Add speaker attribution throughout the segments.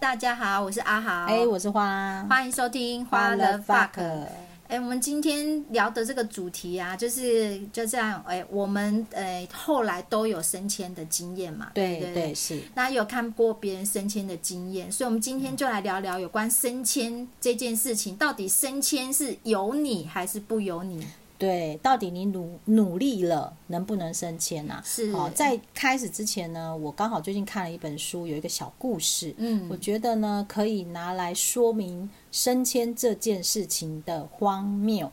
Speaker 1: 大家好，我是阿豪，
Speaker 2: 哎、我是花
Speaker 1: 欢迎收听《花了 fuck》。哎，我们今天聊的这个主题啊，就是就这样，哎，我们哎后来都有升迁的经验嘛，
Speaker 2: 对
Speaker 1: 对不
Speaker 2: 对是，
Speaker 1: 那有看过别人升迁的经验，所以我们今天就来聊聊有关升迁这件事情，到底升迁是由你还是不由你？
Speaker 2: 对，到底你努努力了，能不能升迁啊？
Speaker 1: 是
Speaker 2: 哦，在开始之前呢，我刚好最近看了一本书，有一个小故事，
Speaker 1: 嗯
Speaker 2: 我觉得呢可以拿来说明升迁这件事情的荒谬。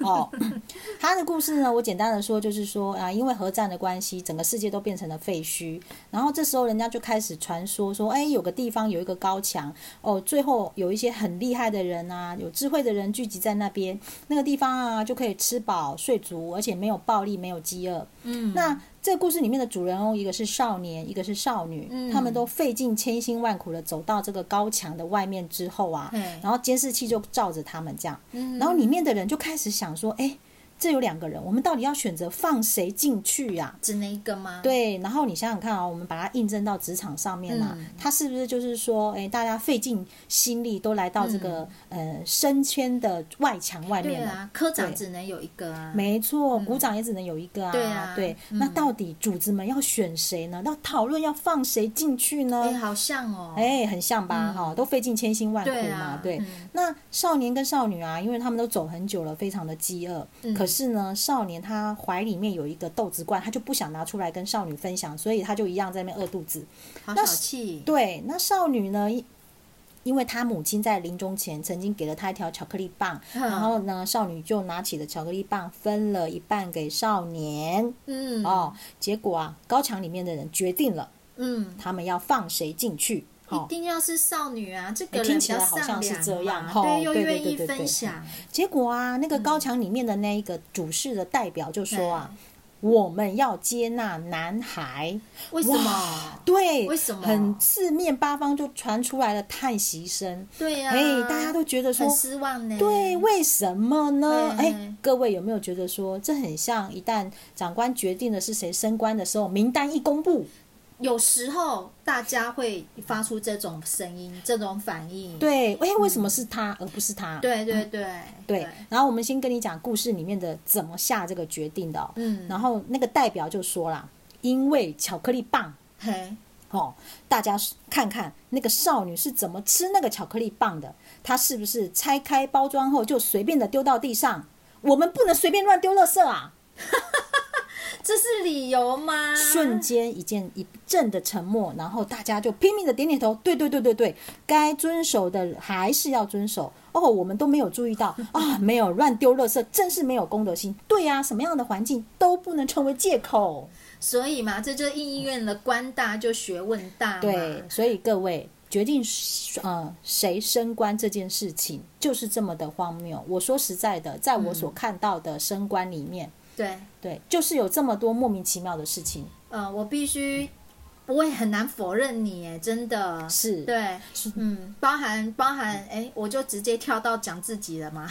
Speaker 2: 哦， 他的故事呢，我简单的说就是说啊，因为核战的关系，整个世界都变成了废墟。然后这时候人家就开始传说说，哎，有个地方有一个高墙，哦，最后有一些很厉害的人啊，有智慧的人聚集在那边，那个地方啊就可以吃饱睡足，而且没有暴力，没有饥饿。
Speaker 1: 嗯，
Speaker 2: 那这故事里面的主人翁，一个是少年，一个是少女，
Speaker 1: 嗯
Speaker 2: 他们都费尽千辛万苦的走到这个高墙的外面之后啊，
Speaker 1: 嘿
Speaker 2: 然后监视器就照着他们这样，
Speaker 1: 嗯
Speaker 2: 然后里面的人就开始想说，哎，这有两个人，我们到底要选择放谁进去呀、
Speaker 1: 只能一个吗？，
Speaker 2: 对，然后你想想看啊、我们把它印证到职场上面啊，
Speaker 1: 嗯
Speaker 2: 它是不是就是说，哎，大家费尽心力都来到这个、呃升迁的外墙外
Speaker 1: 嗯对
Speaker 2: 面了，
Speaker 1: 啊，科长
Speaker 2: 对
Speaker 1: 只能有一个啊，
Speaker 2: 没错，鼓掌也只能有一个啊。
Speaker 1: 对啊嗯
Speaker 2: 那到底主子们要选谁呢？要讨论要放谁进去呢？
Speaker 1: 哎，好像哦，
Speaker 2: 哎、很像吧？
Speaker 1: 嗯
Speaker 2: 哈、都费尽千辛万苦
Speaker 1: 对
Speaker 2: 嘛
Speaker 1: 啊，，
Speaker 2: 对。
Speaker 1: 嗯
Speaker 2: 那少年跟少女啊，因为他们都走很久了，非常的饥饿。
Speaker 1: 嗯
Speaker 2: 可是呢，少年他怀里面有一个豆子罐，他就不想拿出来跟少女分享，所以他就一样在那边饿肚子。
Speaker 1: 好
Speaker 2: 那
Speaker 1: 小气，
Speaker 2: 对，那少女呢？因因为她母亲在临终前曾经给了她一条巧克力棒，
Speaker 1: 嗯
Speaker 2: 然后呢，少女就拿起了巧克力棒，分了一半给少年。
Speaker 1: 嗯，
Speaker 2: 哦，结果啊，高墙里面的人决定了，
Speaker 1: 嗯，
Speaker 2: 他们要放谁进去。
Speaker 1: 一
Speaker 2: 哦，
Speaker 1: 定要是少女啊，这个
Speaker 2: 哎
Speaker 1: 人
Speaker 2: 听
Speaker 1: 比
Speaker 2: 起
Speaker 1: 较
Speaker 2: 来好
Speaker 1: 善
Speaker 2: 像是
Speaker 1: 良
Speaker 2: 这样
Speaker 1: 嘛
Speaker 2: 吼
Speaker 1: 对，又
Speaker 2: 对对
Speaker 1: 愿
Speaker 2: 对
Speaker 1: 意
Speaker 2: 对对
Speaker 1: 分享，
Speaker 2: 结果啊，那个高墙里面的那一个主事的代表就说
Speaker 1: 嗯
Speaker 2: 啊，我们要接纳男孩。
Speaker 1: 为什么？
Speaker 2: 对，
Speaker 1: 为什么
Speaker 2: 很四面八方就传出来了叹息声。
Speaker 1: 对呀、
Speaker 2: 哎，大家都觉得说
Speaker 1: 很失望呢。
Speaker 2: 对，为什么呢？
Speaker 1: 哎
Speaker 2: 哎，各位有没有觉得说，这很像一旦长官决定了是谁升官的时候，名单一公布，
Speaker 1: 有时候大家会发出这种声音、这种反应。
Speaker 2: 对，哎，为什么是他而不是他？
Speaker 1: 嗯对对对
Speaker 2: 对。然后我们先跟你讲故事里面的怎么下这个决定的、哦。
Speaker 1: 嗯，
Speaker 2: 然后那个代表就说啦，因为巧克力棒
Speaker 1: 嘿，
Speaker 2: 哦，大家看看那个少女是怎么吃那个巧克力棒的，她是不是拆开包装后就随便的丢到地上？我们不能随便乱丢垃圾啊！
Speaker 1: 这是理由吗？
Speaker 2: 瞬间一件一阵的沉默，然后大家就拼命的点点头，对对对对对，该遵守的还是要遵守。哦，我们都没有注意到啊，没有乱丢垃圾，真是没有公德心。对呀、什么样的环境都不能成为借口。
Speaker 1: 所以嘛，这就是应院的官大就学问大嘛。
Speaker 2: 对，所以各位决定呃谁升官这件事情就是这么的荒谬。我说实在的，在我所看到的升官里面，
Speaker 1: 对，
Speaker 2: 对，就是有这么多莫名其妙的事情。
Speaker 1: 呃，我必须，我也很难否认你，哎，真的
Speaker 2: 是
Speaker 1: 对
Speaker 2: 是，嗯
Speaker 1: 嗯，包含包含，哎，我就直接跳到讲自己了 嘛。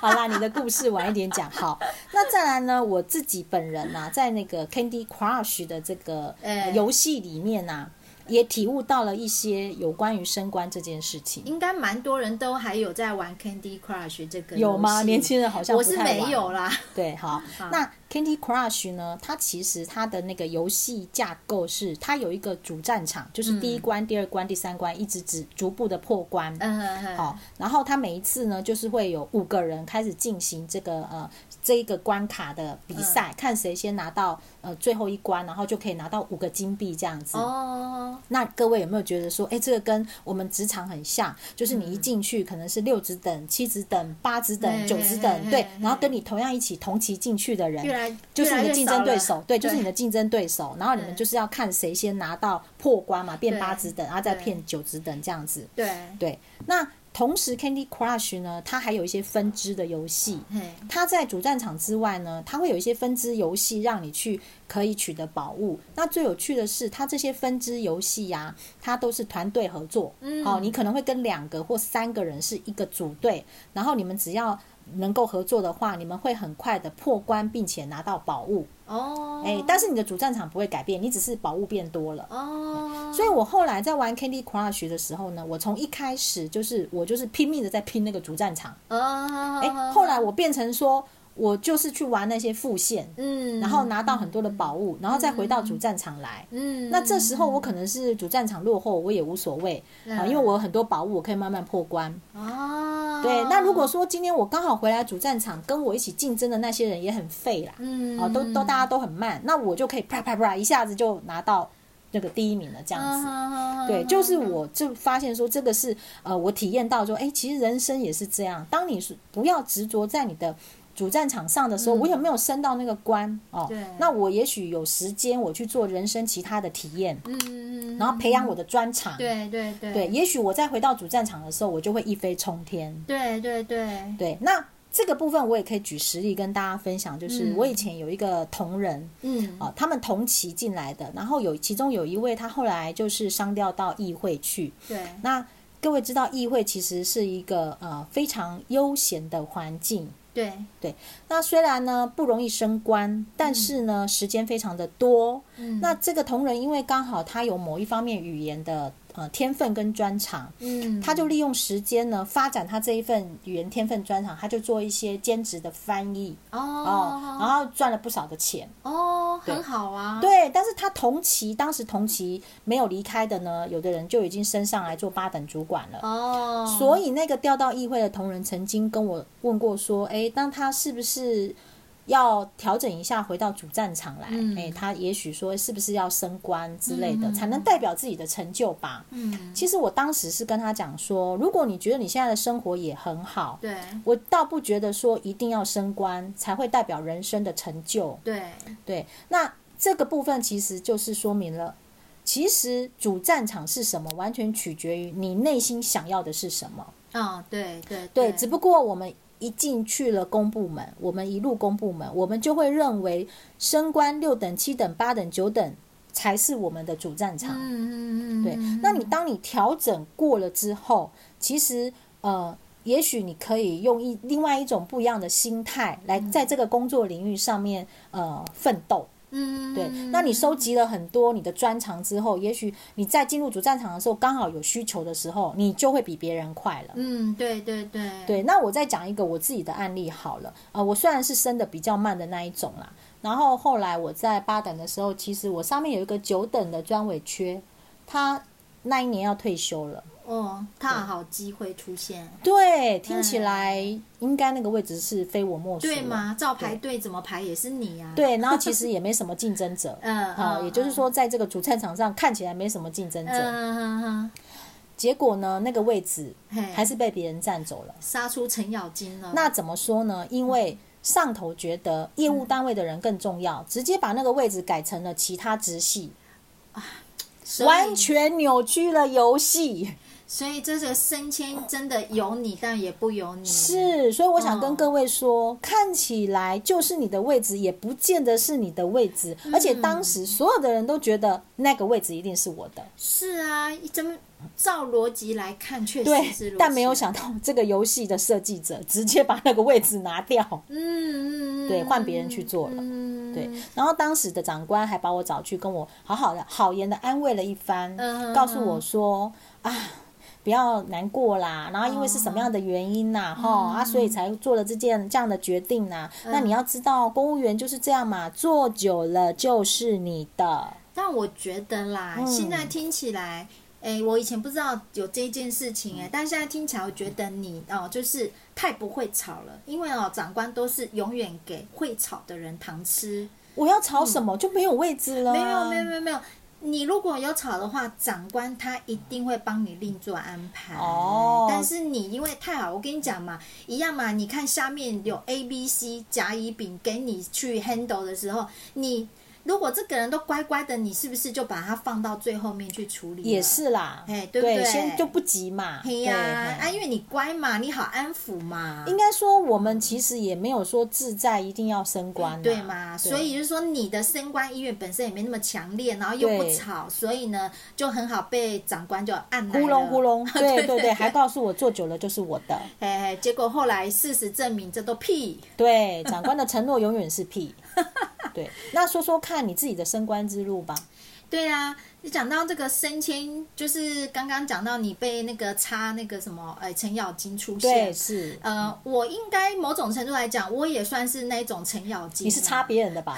Speaker 2: 好啦，你的故事晚一点 讲。好，那再来呢？我自己本人呐、在那个 Candy Crush 的这个
Speaker 1: 哎
Speaker 2: 呃游戏里面呐、也体悟到了一些有关于升官这件事情。
Speaker 1: 应该蛮多人都还有在玩 Candy Crush 这个
Speaker 2: 有吗？
Speaker 1: 游戏
Speaker 2: 年轻人好像
Speaker 1: 我
Speaker 2: 不
Speaker 1: 是
Speaker 2: 太玩
Speaker 1: 没有啦。
Speaker 2: 对，好，那 Candy Crush 呢？它其实它的那个游戏架构是，它有一个主战场，
Speaker 1: 嗯
Speaker 2: 就是第一关、第二关、第三关，一直逐逐步的破关。
Speaker 1: 嗯，
Speaker 2: 好，哦然后它每一次呢，就是会有五个人开始进行这个呃这一个关卡的比赛，
Speaker 1: 嗯
Speaker 2: 看谁先拿到呃最后一关，然后就可以拿到五个金币这样子。
Speaker 1: 哦，
Speaker 2: 那各位有没有觉得说，哎，这个跟我们职场很像？就是你一进去可能是六职
Speaker 1: 嗯
Speaker 2: 等、七职等、八职
Speaker 1: 嘿
Speaker 2: 等、九职等
Speaker 1: 嘿，
Speaker 2: 对
Speaker 1: 嘿，
Speaker 2: 然后跟你同样一起同期进去的人
Speaker 1: 越，来
Speaker 2: 就是你的竞争对手，对，就是你
Speaker 1: 的
Speaker 2: 的竞争对手。然后你们
Speaker 1: 对
Speaker 2: 就是要看谁先拿到破关嘛，变
Speaker 1: 对
Speaker 2: 八职等，然后再
Speaker 1: 对
Speaker 2: 变九职等这样子。
Speaker 1: 对，
Speaker 2: 对，那同时 Candy Crush 呢，它还有一些分支的游戏。
Speaker 1: 嘿，
Speaker 2: 它在主战场之外呢，它会有一些分支游戏让你去可以取得宝物。那最有趣的是，它这些分支游戏呀、它都是团队合作。
Speaker 1: 嗯
Speaker 2: 哦，你可能会跟两个或三个人是一个组队，然后你们只要能够合作的话，你们会很快的破关，并且拿到宝物。
Speaker 1: 哦，
Speaker 2: 哎、但是你的主战场不会改变，你只是宝物变多了。
Speaker 1: 哦，
Speaker 2: 所以我后来在玩 Candy Crush 的时候呢，我从一开始就是我就是拼命的在拼那个主战场，
Speaker 1: 哦，
Speaker 2: 哎、后来我变成说我就是去玩那些副线，
Speaker 1: 嗯，
Speaker 2: 然后拿到很多的宝物，然后再回到主战场来。
Speaker 1: 嗯，
Speaker 2: 那这时候我可能是主战场落后，我也无所谓
Speaker 1: 嗯
Speaker 2: 啊、因为我有很多宝物，我可以慢慢破关。
Speaker 1: 哦，
Speaker 2: 对，那如果说今天我刚好回来主战场，跟我一起竞争的那些人也很废啦，
Speaker 1: 嗯，
Speaker 2: 啊，都都大家都很慢，那我就可以啪啪啪一下子就拿到那个第一名了，这样子。
Speaker 1: 嗯
Speaker 2: 对，就是我就发现说，这个是呃，我体验到说，哎，其实人生也是这样。当你是不要执着在你的主战场上的时候，我有没有升到那个关哦
Speaker 1: 嗯对？
Speaker 2: 那我也许有时间我去做人生其他的体验，
Speaker 1: 嗯，
Speaker 2: 然后培养我的专长。
Speaker 1: 对对对
Speaker 2: 对，也许我再回到主战场的时候，我就会一飞冲天。
Speaker 1: 对对对，
Speaker 2: 对，那这个部分我也可以举实例跟大家分享，就是
Speaker 1: 嗯
Speaker 2: 我以前有一个同仁，
Speaker 1: 嗯，
Speaker 2: 哦，他们同期进来的，然后有其中有一位他后来就是商调到议会去。
Speaker 1: 对，
Speaker 2: 那各位知道，议会其实是一个呃非常悠闲的环境。
Speaker 1: 对，
Speaker 2: 那虽然呢不容易升官，但是呢、时间非常的多。
Speaker 1: 嗯，
Speaker 2: 那这个同仁因为刚好他有某一方面语言的呃天分跟专长，
Speaker 1: 嗯，
Speaker 2: 他就利用时间呢发展他这一份语言天分专长，他就做一些兼职的翻译哦，然
Speaker 1: 哦
Speaker 2: 后赚了不少的钱。
Speaker 1: 哦，
Speaker 2: 对
Speaker 1: 很好啊，
Speaker 2: 对，但是他同期当时同期没有离开的呢，有的人就已经升上来做八等主管了。
Speaker 1: 哦，
Speaker 2: 所以那个调到议会的同仁曾经跟我问过说，诶，那他是不是要调整一下，回到主战场来？
Speaker 1: 嗯
Speaker 2: 诶，他也许说是不是要升官之类的，
Speaker 1: 嗯嗯
Speaker 2: 才能代表自己的成就吧？
Speaker 1: 嗯，
Speaker 2: 其实我当时是跟他讲说，如果你觉得你现在的生活也很好，
Speaker 1: 对
Speaker 2: 我倒不觉得说一定要升官才会代表人生的成就。
Speaker 1: 对，
Speaker 2: 对，那这个部分其实就是说明了，其实主战场是什么，完全取决于你内心想要的是什么。
Speaker 1: 哦，对对
Speaker 2: 对，只不过我们一进去了公部门，我们一入公部门，我们就会认为升官六等、七等、八等、九等才是我们的主战场。
Speaker 1: 嗯嗯嗯，
Speaker 2: 对，那你当你调整过了之后，其实呃，也许你可以用一另外一种不一样的心态来在这个工作领域上面呃奋斗。
Speaker 1: 嗯，
Speaker 2: 对，那你收集了很多你的专长之后，也许你在进入主战场的时候，刚好有需求的时候，你就会比别人快了。
Speaker 1: 嗯，对对对，
Speaker 2: 对，那我再讲一个我自己的案例好了。啊，我虽然是升的比较慢的那一种啦，然后后来我在八等的时候，其实我上面有一个九等的专委缺，他那一年要退休了。
Speaker 1: 哦，大好机会出现，
Speaker 2: 对，听起来应该那个位置是非我莫属。
Speaker 1: 嗯对？吗？照排队怎么排也是你呀，，，
Speaker 2: 对，然后其实也没什么竞争者
Speaker 1: 嗯，
Speaker 2: 啊，也就是，说在这个主战场上看起来没什么竞争
Speaker 1: 嗯
Speaker 2: 者。
Speaker 1: 嗯嗯，
Speaker 2: 结果呢，那个位置
Speaker 1: 嘿，
Speaker 2: 还是被别人占走了。
Speaker 1: 杀出程咬金了，
Speaker 2: 那怎么说呢？因为上头觉得业务单位的人更重
Speaker 1: 嗯
Speaker 2: 要，直接把那个位置改成了其他直系，
Speaker 1: 所以
Speaker 2: 完全扭曲了游戏。
Speaker 1: 所以这个升迁真的有你，但也不有你。
Speaker 2: 是，所以我想
Speaker 1: 嗯
Speaker 2: 跟各位说，看起来就是你的位置，也不见得是你的位置。
Speaker 1: 嗯
Speaker 2: 而且当时所有的人都觉得那个位置一定是我的，
Speaker 1: 是啊，一真照逻辑来看，确
Speaker 2: 对
Speaker 1: 实是如此。
Speaker 2: 但没有想到这个游戏的设计者直接把那个位置拿掉。
Speaker 1: 嗯，嗯嗯，
Speaker 2: 对换别人去做了
Speaker 1: 嗯、
Speaker 2: 对，然后当时的长官还把我找去，跟我好好的、好言的安慰了一番，
Speaker 1: 嗯
Speaker 2: 告诉我说啊，不要难过啦，然后因为是什么样的原因呐、
Speaker 1: 嗯
Speaker 2: 哈、啊，所以才做了这件这样的决定呐、那你要知道，公务员就是这样嘛，做久了就是你的。
Speaker 1: 但我觉得啦，
Speaker 2: 嗯
Speaker 1: 现在听起来，哎、我以前不知道有这件事情、
Speaker 2: 嗯
Speaker 1: 哎，但现在听起来，我觉得你哦，就是太不会吵了，因为哦，长官都是永远给会吵的人糖吃。
Speaker 2: 我要吵什么、就没有位置了、啊？
Speaker 1: 没有，没有，没有，没有。你如果有吵的话，长官他一定会帮你另做安排。
Speaker 2: 哦
Speaker 1: 但是你因为太好，我跟你讲嘛，一样嘛。你看下面有 A、B、C 甲、乙、丙给你去 handle 的时候，你如果这个人都乖乖的，你是不是就把他放到最后面去处理？
Speaker 2: 也，是啦，
Speaker 1: 哎对
Speaker 2: 对
Speaker 1: 不对
Speaker 2: 先就不急嘛，
Speaker 1: 嘿呀、啊，
Speaker 2: 对嘿
Speaker 1: 因为你乖嘛，你好安抚嘛，
Speaker 2: 应该说我们其实也没有说自在一定要升官啦，
Speaker 1: 对嘛？所以就是说，你的升官意愿本身也没那么强烈，然后又不
Speaker 2: 对
Speaker 1: 吵，所以呢，就很好被长官就按来
Speaker 2: 呼隆
Speaker 1: 了
Speaker 2: 呼隆，
Speaker 1: 对
Speaker 2: 对对对，还告诉我做久了就是我的，
Speaker 1: 哎，结果后来事实证明这都屁。
Speaker 2: 对，长官的承诺永远是屁。对，那说说看你自己的升官之路吧。
Speaker 1: 对啊，你讲到这个升迁，就是刚刚讲到你被那个插那个什么，哎，程咬金出
Speaker 2: 对，
Speaker 1: 现。
Speaker 2: 是，
Speaker 1: 呃，我应该某种程度来讲，我也算是那种程咬金。
Speaker 2: 你是插别人 的吧？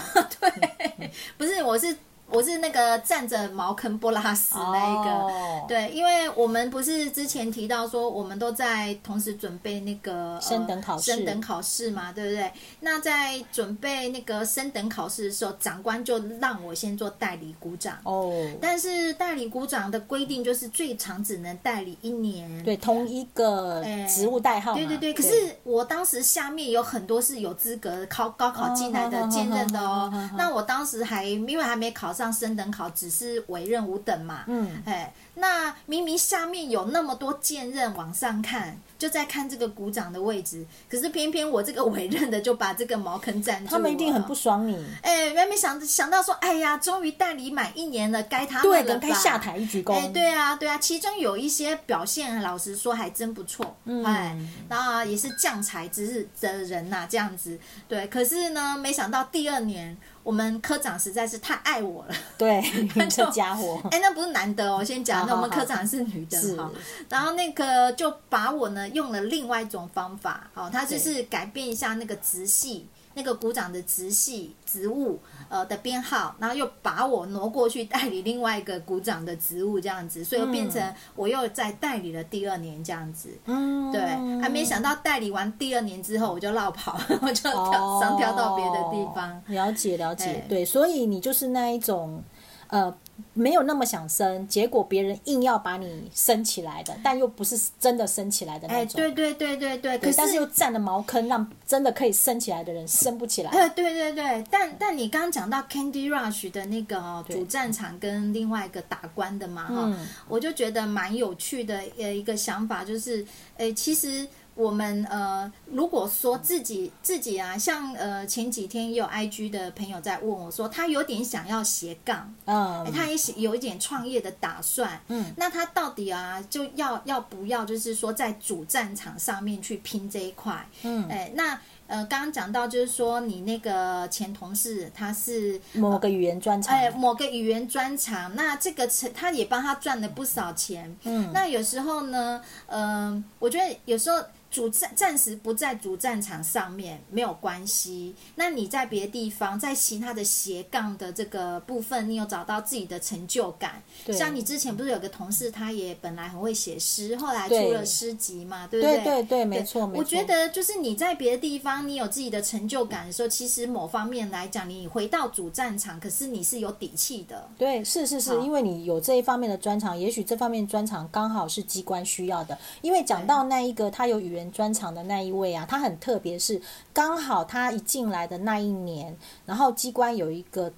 Speaker 1: 不是，我是我是那个站着茅坑不拉屎那一个。
Speaker 2: 哦
Speaker 1: 对，因为我们不是之前提到说，我们都在同时准备那个呃
Speaker 2: 升等考试
Speaker 1: 升等考试嘛，对不对？那在准备那个升等考试的时候，长官就让我先做代理股长。
Speaker 2: 哦，
Speaker 1: 但是代理股长的规定就是最长只能代理一年，
Speaker 2: 对，同一个
Speaker 1: 哎
Speaker 2: 职务代号嘛。
Speaker 1: 对对对，可是我当时下面有很多是有资格考高考进来的
Speaker 2: 哦
Speaker 1: 兼任的
Speaker 2: 好好
Speaker 1: 哦
Speaker 2: 好好好。
Speaker 1: 那我当时还因为还没考上升等考，只是委任五等嘛。
Speaker 2: 嗯，
Speaker 1: 哎，那明明下面有那么多兼任往上看，就在看这个股长的位置，可是偏偏我这个委任的就把这个茅坑占住了。
Speaker 2: 他们一定很不爽你。
Speaker 1: 哎，原本想想到说，哎呀，终于代理满一年了，该他
Speaker 2: 对
Speaker 1: 们
Speaker 2: 的，
Speaker 1: 了
Speaker 2: 该
Speaker 1: 吧。
Speaker 2: 下台一鞠躬。
Speaker 1: 哎，对啊，对啊，其中有一些表现，老实说还真不错，
Speaker 2: 嗯
Speaker 1: 哎，那也是将才之日的人呐、这样子，对。可是呢，没想到第二年，我们科长实在是太爱我 了，
Speaker 2: 对，
Speaker 1: 就
Speaker 2: 这家伙
Speaker 1: 哎，那不是男的哦，先
Speaker 2: 好
Speaker 1: 讲，那我们
Speaker 2: 好好
Speaker 1: 科长是女的
Speaker 2: 是
Speaker 1: 哈，然后那个就把我呢用了另外一种方法，哦，他就
Speaker 2: 对
Speaker 1: 是改变一下那个直系。那个股长的直系职务，呃的编号，然后又把我挪过去代理另外一个股长的职务，这样子，所以又变成我又在代理了第二年这样子。
Speaker 2: 嗯，
Speaker 1: 对，还没想到代理完第二年之后，我就落跑， 我就
Speaker 2: 哦
Speaker 1: 跳上跳到别的地方。
Speaker 2: 了解了解
Speaker 1: 哎，
Speaker 2: 对，所以你就是那一种，呃，没有那么想升，结果别人硬要把你升起来的，但又不是真的升起来的
Speaker 1: 哎、
Speaker 2: 那种。
Speaker 1: 对对对对对，
Speaker 2: 对
Speaker 1: 可
Speaker 2: 但是又占了茅坑，让真的可以升起来的人升不起 来。
Speaker 1: 呃，对对对，但但你刚刚讲到 Candy Rush 的那个、哦、
Speaker 2: 对
Speaker 1: 主战场跟另外一个打官的嘛，哈、
Speaker 2: 嗯
Speaker 1: 我就觉得蛮有趣的呃一个想法，就是，诶，其实我们呃，如果说自己自己啊，像呃前几天也有 IG 的朋友在问我说，他有点想要斜杠，
Speaker 2: 嗯
Speaker 1: 诶，他也有一点创业的打算，
Speaker 2: 嗯，
Speaker 1: 那他到底啊，就要要不要，就是说在主战场上面去拼这一块，
Speaker 2: 嗯
Speaker 1: 哎，那呃，刚刚讲到就是说你那个前同事他是。
Speaker 2: 某个语言专长，
Speaker 1: 哎，某个语言专长，那这个成他也帮他赚了不少钱。
Speaker 2: 嗯，
Speaker 1: 那有时候呢，嗯、我觉得有时候主战暂时不在主战场上面没有关系。那你在别的地方，在其他的斜杠的这个部分，你有找到自己的成就感。
Speaker 2: 对
Speaker 1: 像你之前不是有个同事，他也本来很会写诗，后来出
Speaker 2: 对
Speaker 1: 了诗集嘛，对不
Speaker 2: 对
Speaker 1: 对
Speaker 2: 对对，
Speaker 1: 对
Speaker 2: 没错没错。
Speaker 1: 我觉得就是你在别的地方，你有自己的成就感的时候，其实某方面来讲，你回到主战场，可是你是有底气的。
Speaker 2: 对，是是是
Speaker 1: 好，
Speaker 2: 因为你有这一方面的专长，也许这方面专长刚好是机关需要的。因为讲到那一个他有语言专长的那一位啊，他很特别，是刚好他一进来的那一年，然后机关有一个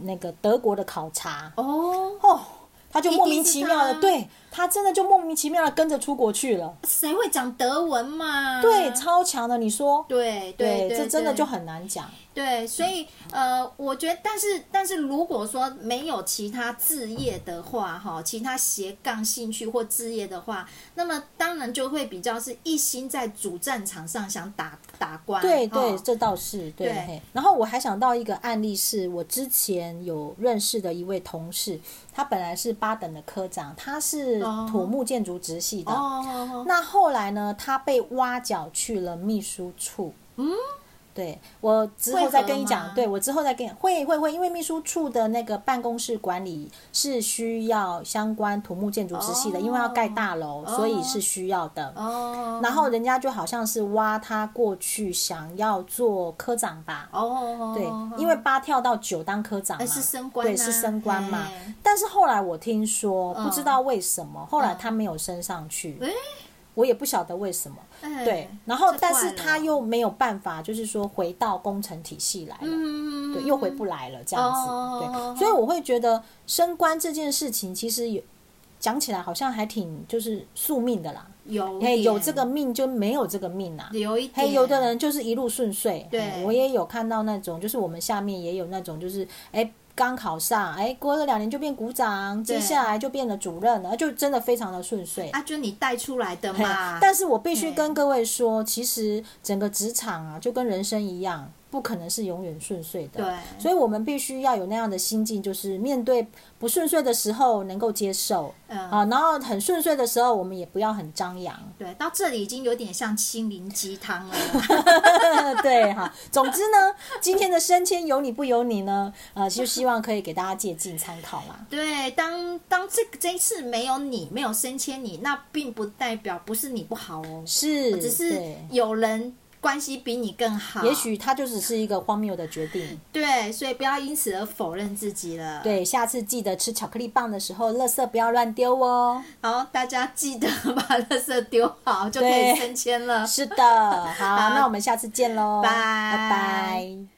Speaker 2: 那个德国的考察，
Speaker 1: 哦，
Speaker 2: 哦，他就莫
Speaker 1: 一定
Speaker 2: 名
Speaker 1: 是
Speaker 2: 其妙的，
Speaker 1: 他
Speaker 2: 对他真的就莫名其妙的跟着出国去了，
Speaker 1: 谁会讲德文嘛？
Speaker 2: 对，超强的，你说，
Speaker 1: 对对
Speaker 2: 对，
Speaker 1: 对，
Speaker 2: 这真的
Speaker 1: 对
Speaker 2: 就很难讲，
Speaker 1: 对，所以呃，我觉得，但是但是如果说没有其他置业的话，哈，其他斜杠兴趣或置业的话，那么当然就会比较是一心在主战场上想打打关。
Speaker 2: 对
Speaker 1: 哦
Speaker 2: 对，这倒是对。
Speaker 1: 对
Speaker 2: 嘿然后我还想到一个案例是，我之前有认识的一位同事，他本来是八等的科长，他是
Speaker 1: 哦
Speaker 2: 土木建筑直系的，
Speaker 1: 哦哦哦，
Speaker 2: 那后来呢，他被挖角去了秘书处。嗯，对我之后再跟你
Speaker 1: 会合
Speaker 2: 讲
Speaker 1: 吗，
Speaker 2: 对我之后再跟你会会会，因为秘书处的那个办公室管理是需要相关土木建筑直系的，
Speaker 1: 哦
Speaker 2: 因为要盖大楼，
Speaker 1: 哦
Speaker 2: 所以是需要的。
Speaker 1: 哦，
Speaker 2: 然后人家就好像是挖他过去想要做科长吧，
Speaker 1: 哦，
Speaker 2: 对
Speaker 1: 哦，
Speaker 2: 因为八跳到九当科长嘛，
Speaker 1: 哎是升官啊
Speaker 2: 对，是升官嘛
Speaker 1: 哎。
Speaker 2: 但是后来我听说，
Speaker 1: 嗯
Speaker 2: 不知道为什么，后来他没有升上去。
Speaker 1: 哎
Speaker 2: 我也不晓得为什么。
Speaker 1: 哎
Speaker 2: 对，然后
Speaker 1: 这
Speaker 2: 但
Speaker 1: 怪
Speaker 2: 是
Speaker 1: 了
Speaker 2: 他又没有办法，就是说回到工程体系来了。
Speaker 1: 嗯，
Speaker 2: 对，又回不来了，这样子。
Speaker 1: 哦
Speaker 2: 对，所以我会觉得升官这件事情，其实有讲起来好像还挺就是宿命的啦。
Speaker 1: 有
Speaker 2: 嘿，有
Speaker 1: 点
Speaker 2: 这个命就没有这个命啊。
Speaker 1: 有一点，
Speaker 2: 嘿，有的人就是一路顺遂。
Speaker 1: 对
Speaker 2: 嘿我也有看到那种，就是我们下面也有那种，就是哎。刚考上，哎，过了两年就变股长，接
Speaker 1: 对
Speaker 2: 下来就变了主任了，就真的非常的顺遂。
Speaker 1: 啊，就你带出来的
Speaker 2: 嘿
Speaker 1: 嘛，
Speaker 2: 但是我必须
Speaker 1: 嘿
Speaker 2: 跟各位说，其实整个职场啊，就跟人生一样，不可能是永远顺遂的。
Speaker 1: 对
Speaker 2: 所以我们必须要有那样的心境，就是面对不顺遂的时候能够接受，
Speaker 1: 嗯
Speaker 2: 啊，然后很顺遂的时候，我们也不要很张扬，
Speaker 1: 对，到这里已经有点像心灵鸡汤了。
Speaker 2: 对哈。总之呢，今天的升迁有你不由你呢，呃，就希望可以给大家借鉴参考啦。
Speaker 1: 对，当当这这一次没有你，没有升迁你，那并不代表不是你不好哦，
Speaker 2: 是，
Speaker 1: 只是
Speaker 2: 对
Speaker 1: 有人关系比你更好。
Speaker 2: 也许它就只是一个荒谬的决定。
Speaker 1: 对，所以不要因此而否认自己了。，
Speaker 2: 对，下次记得吃巧克力棒的时候，垃圾不要乱丢哦。
Speaker 1: 好，大家记得 把垃圾丢好，就可以
Speaker 2: 对
Speaker 1: 升迁了。
Speaker 2: 是的，好，那我们下次见喽，
Speaker 1: 拜
Speaker 2: 拜拜。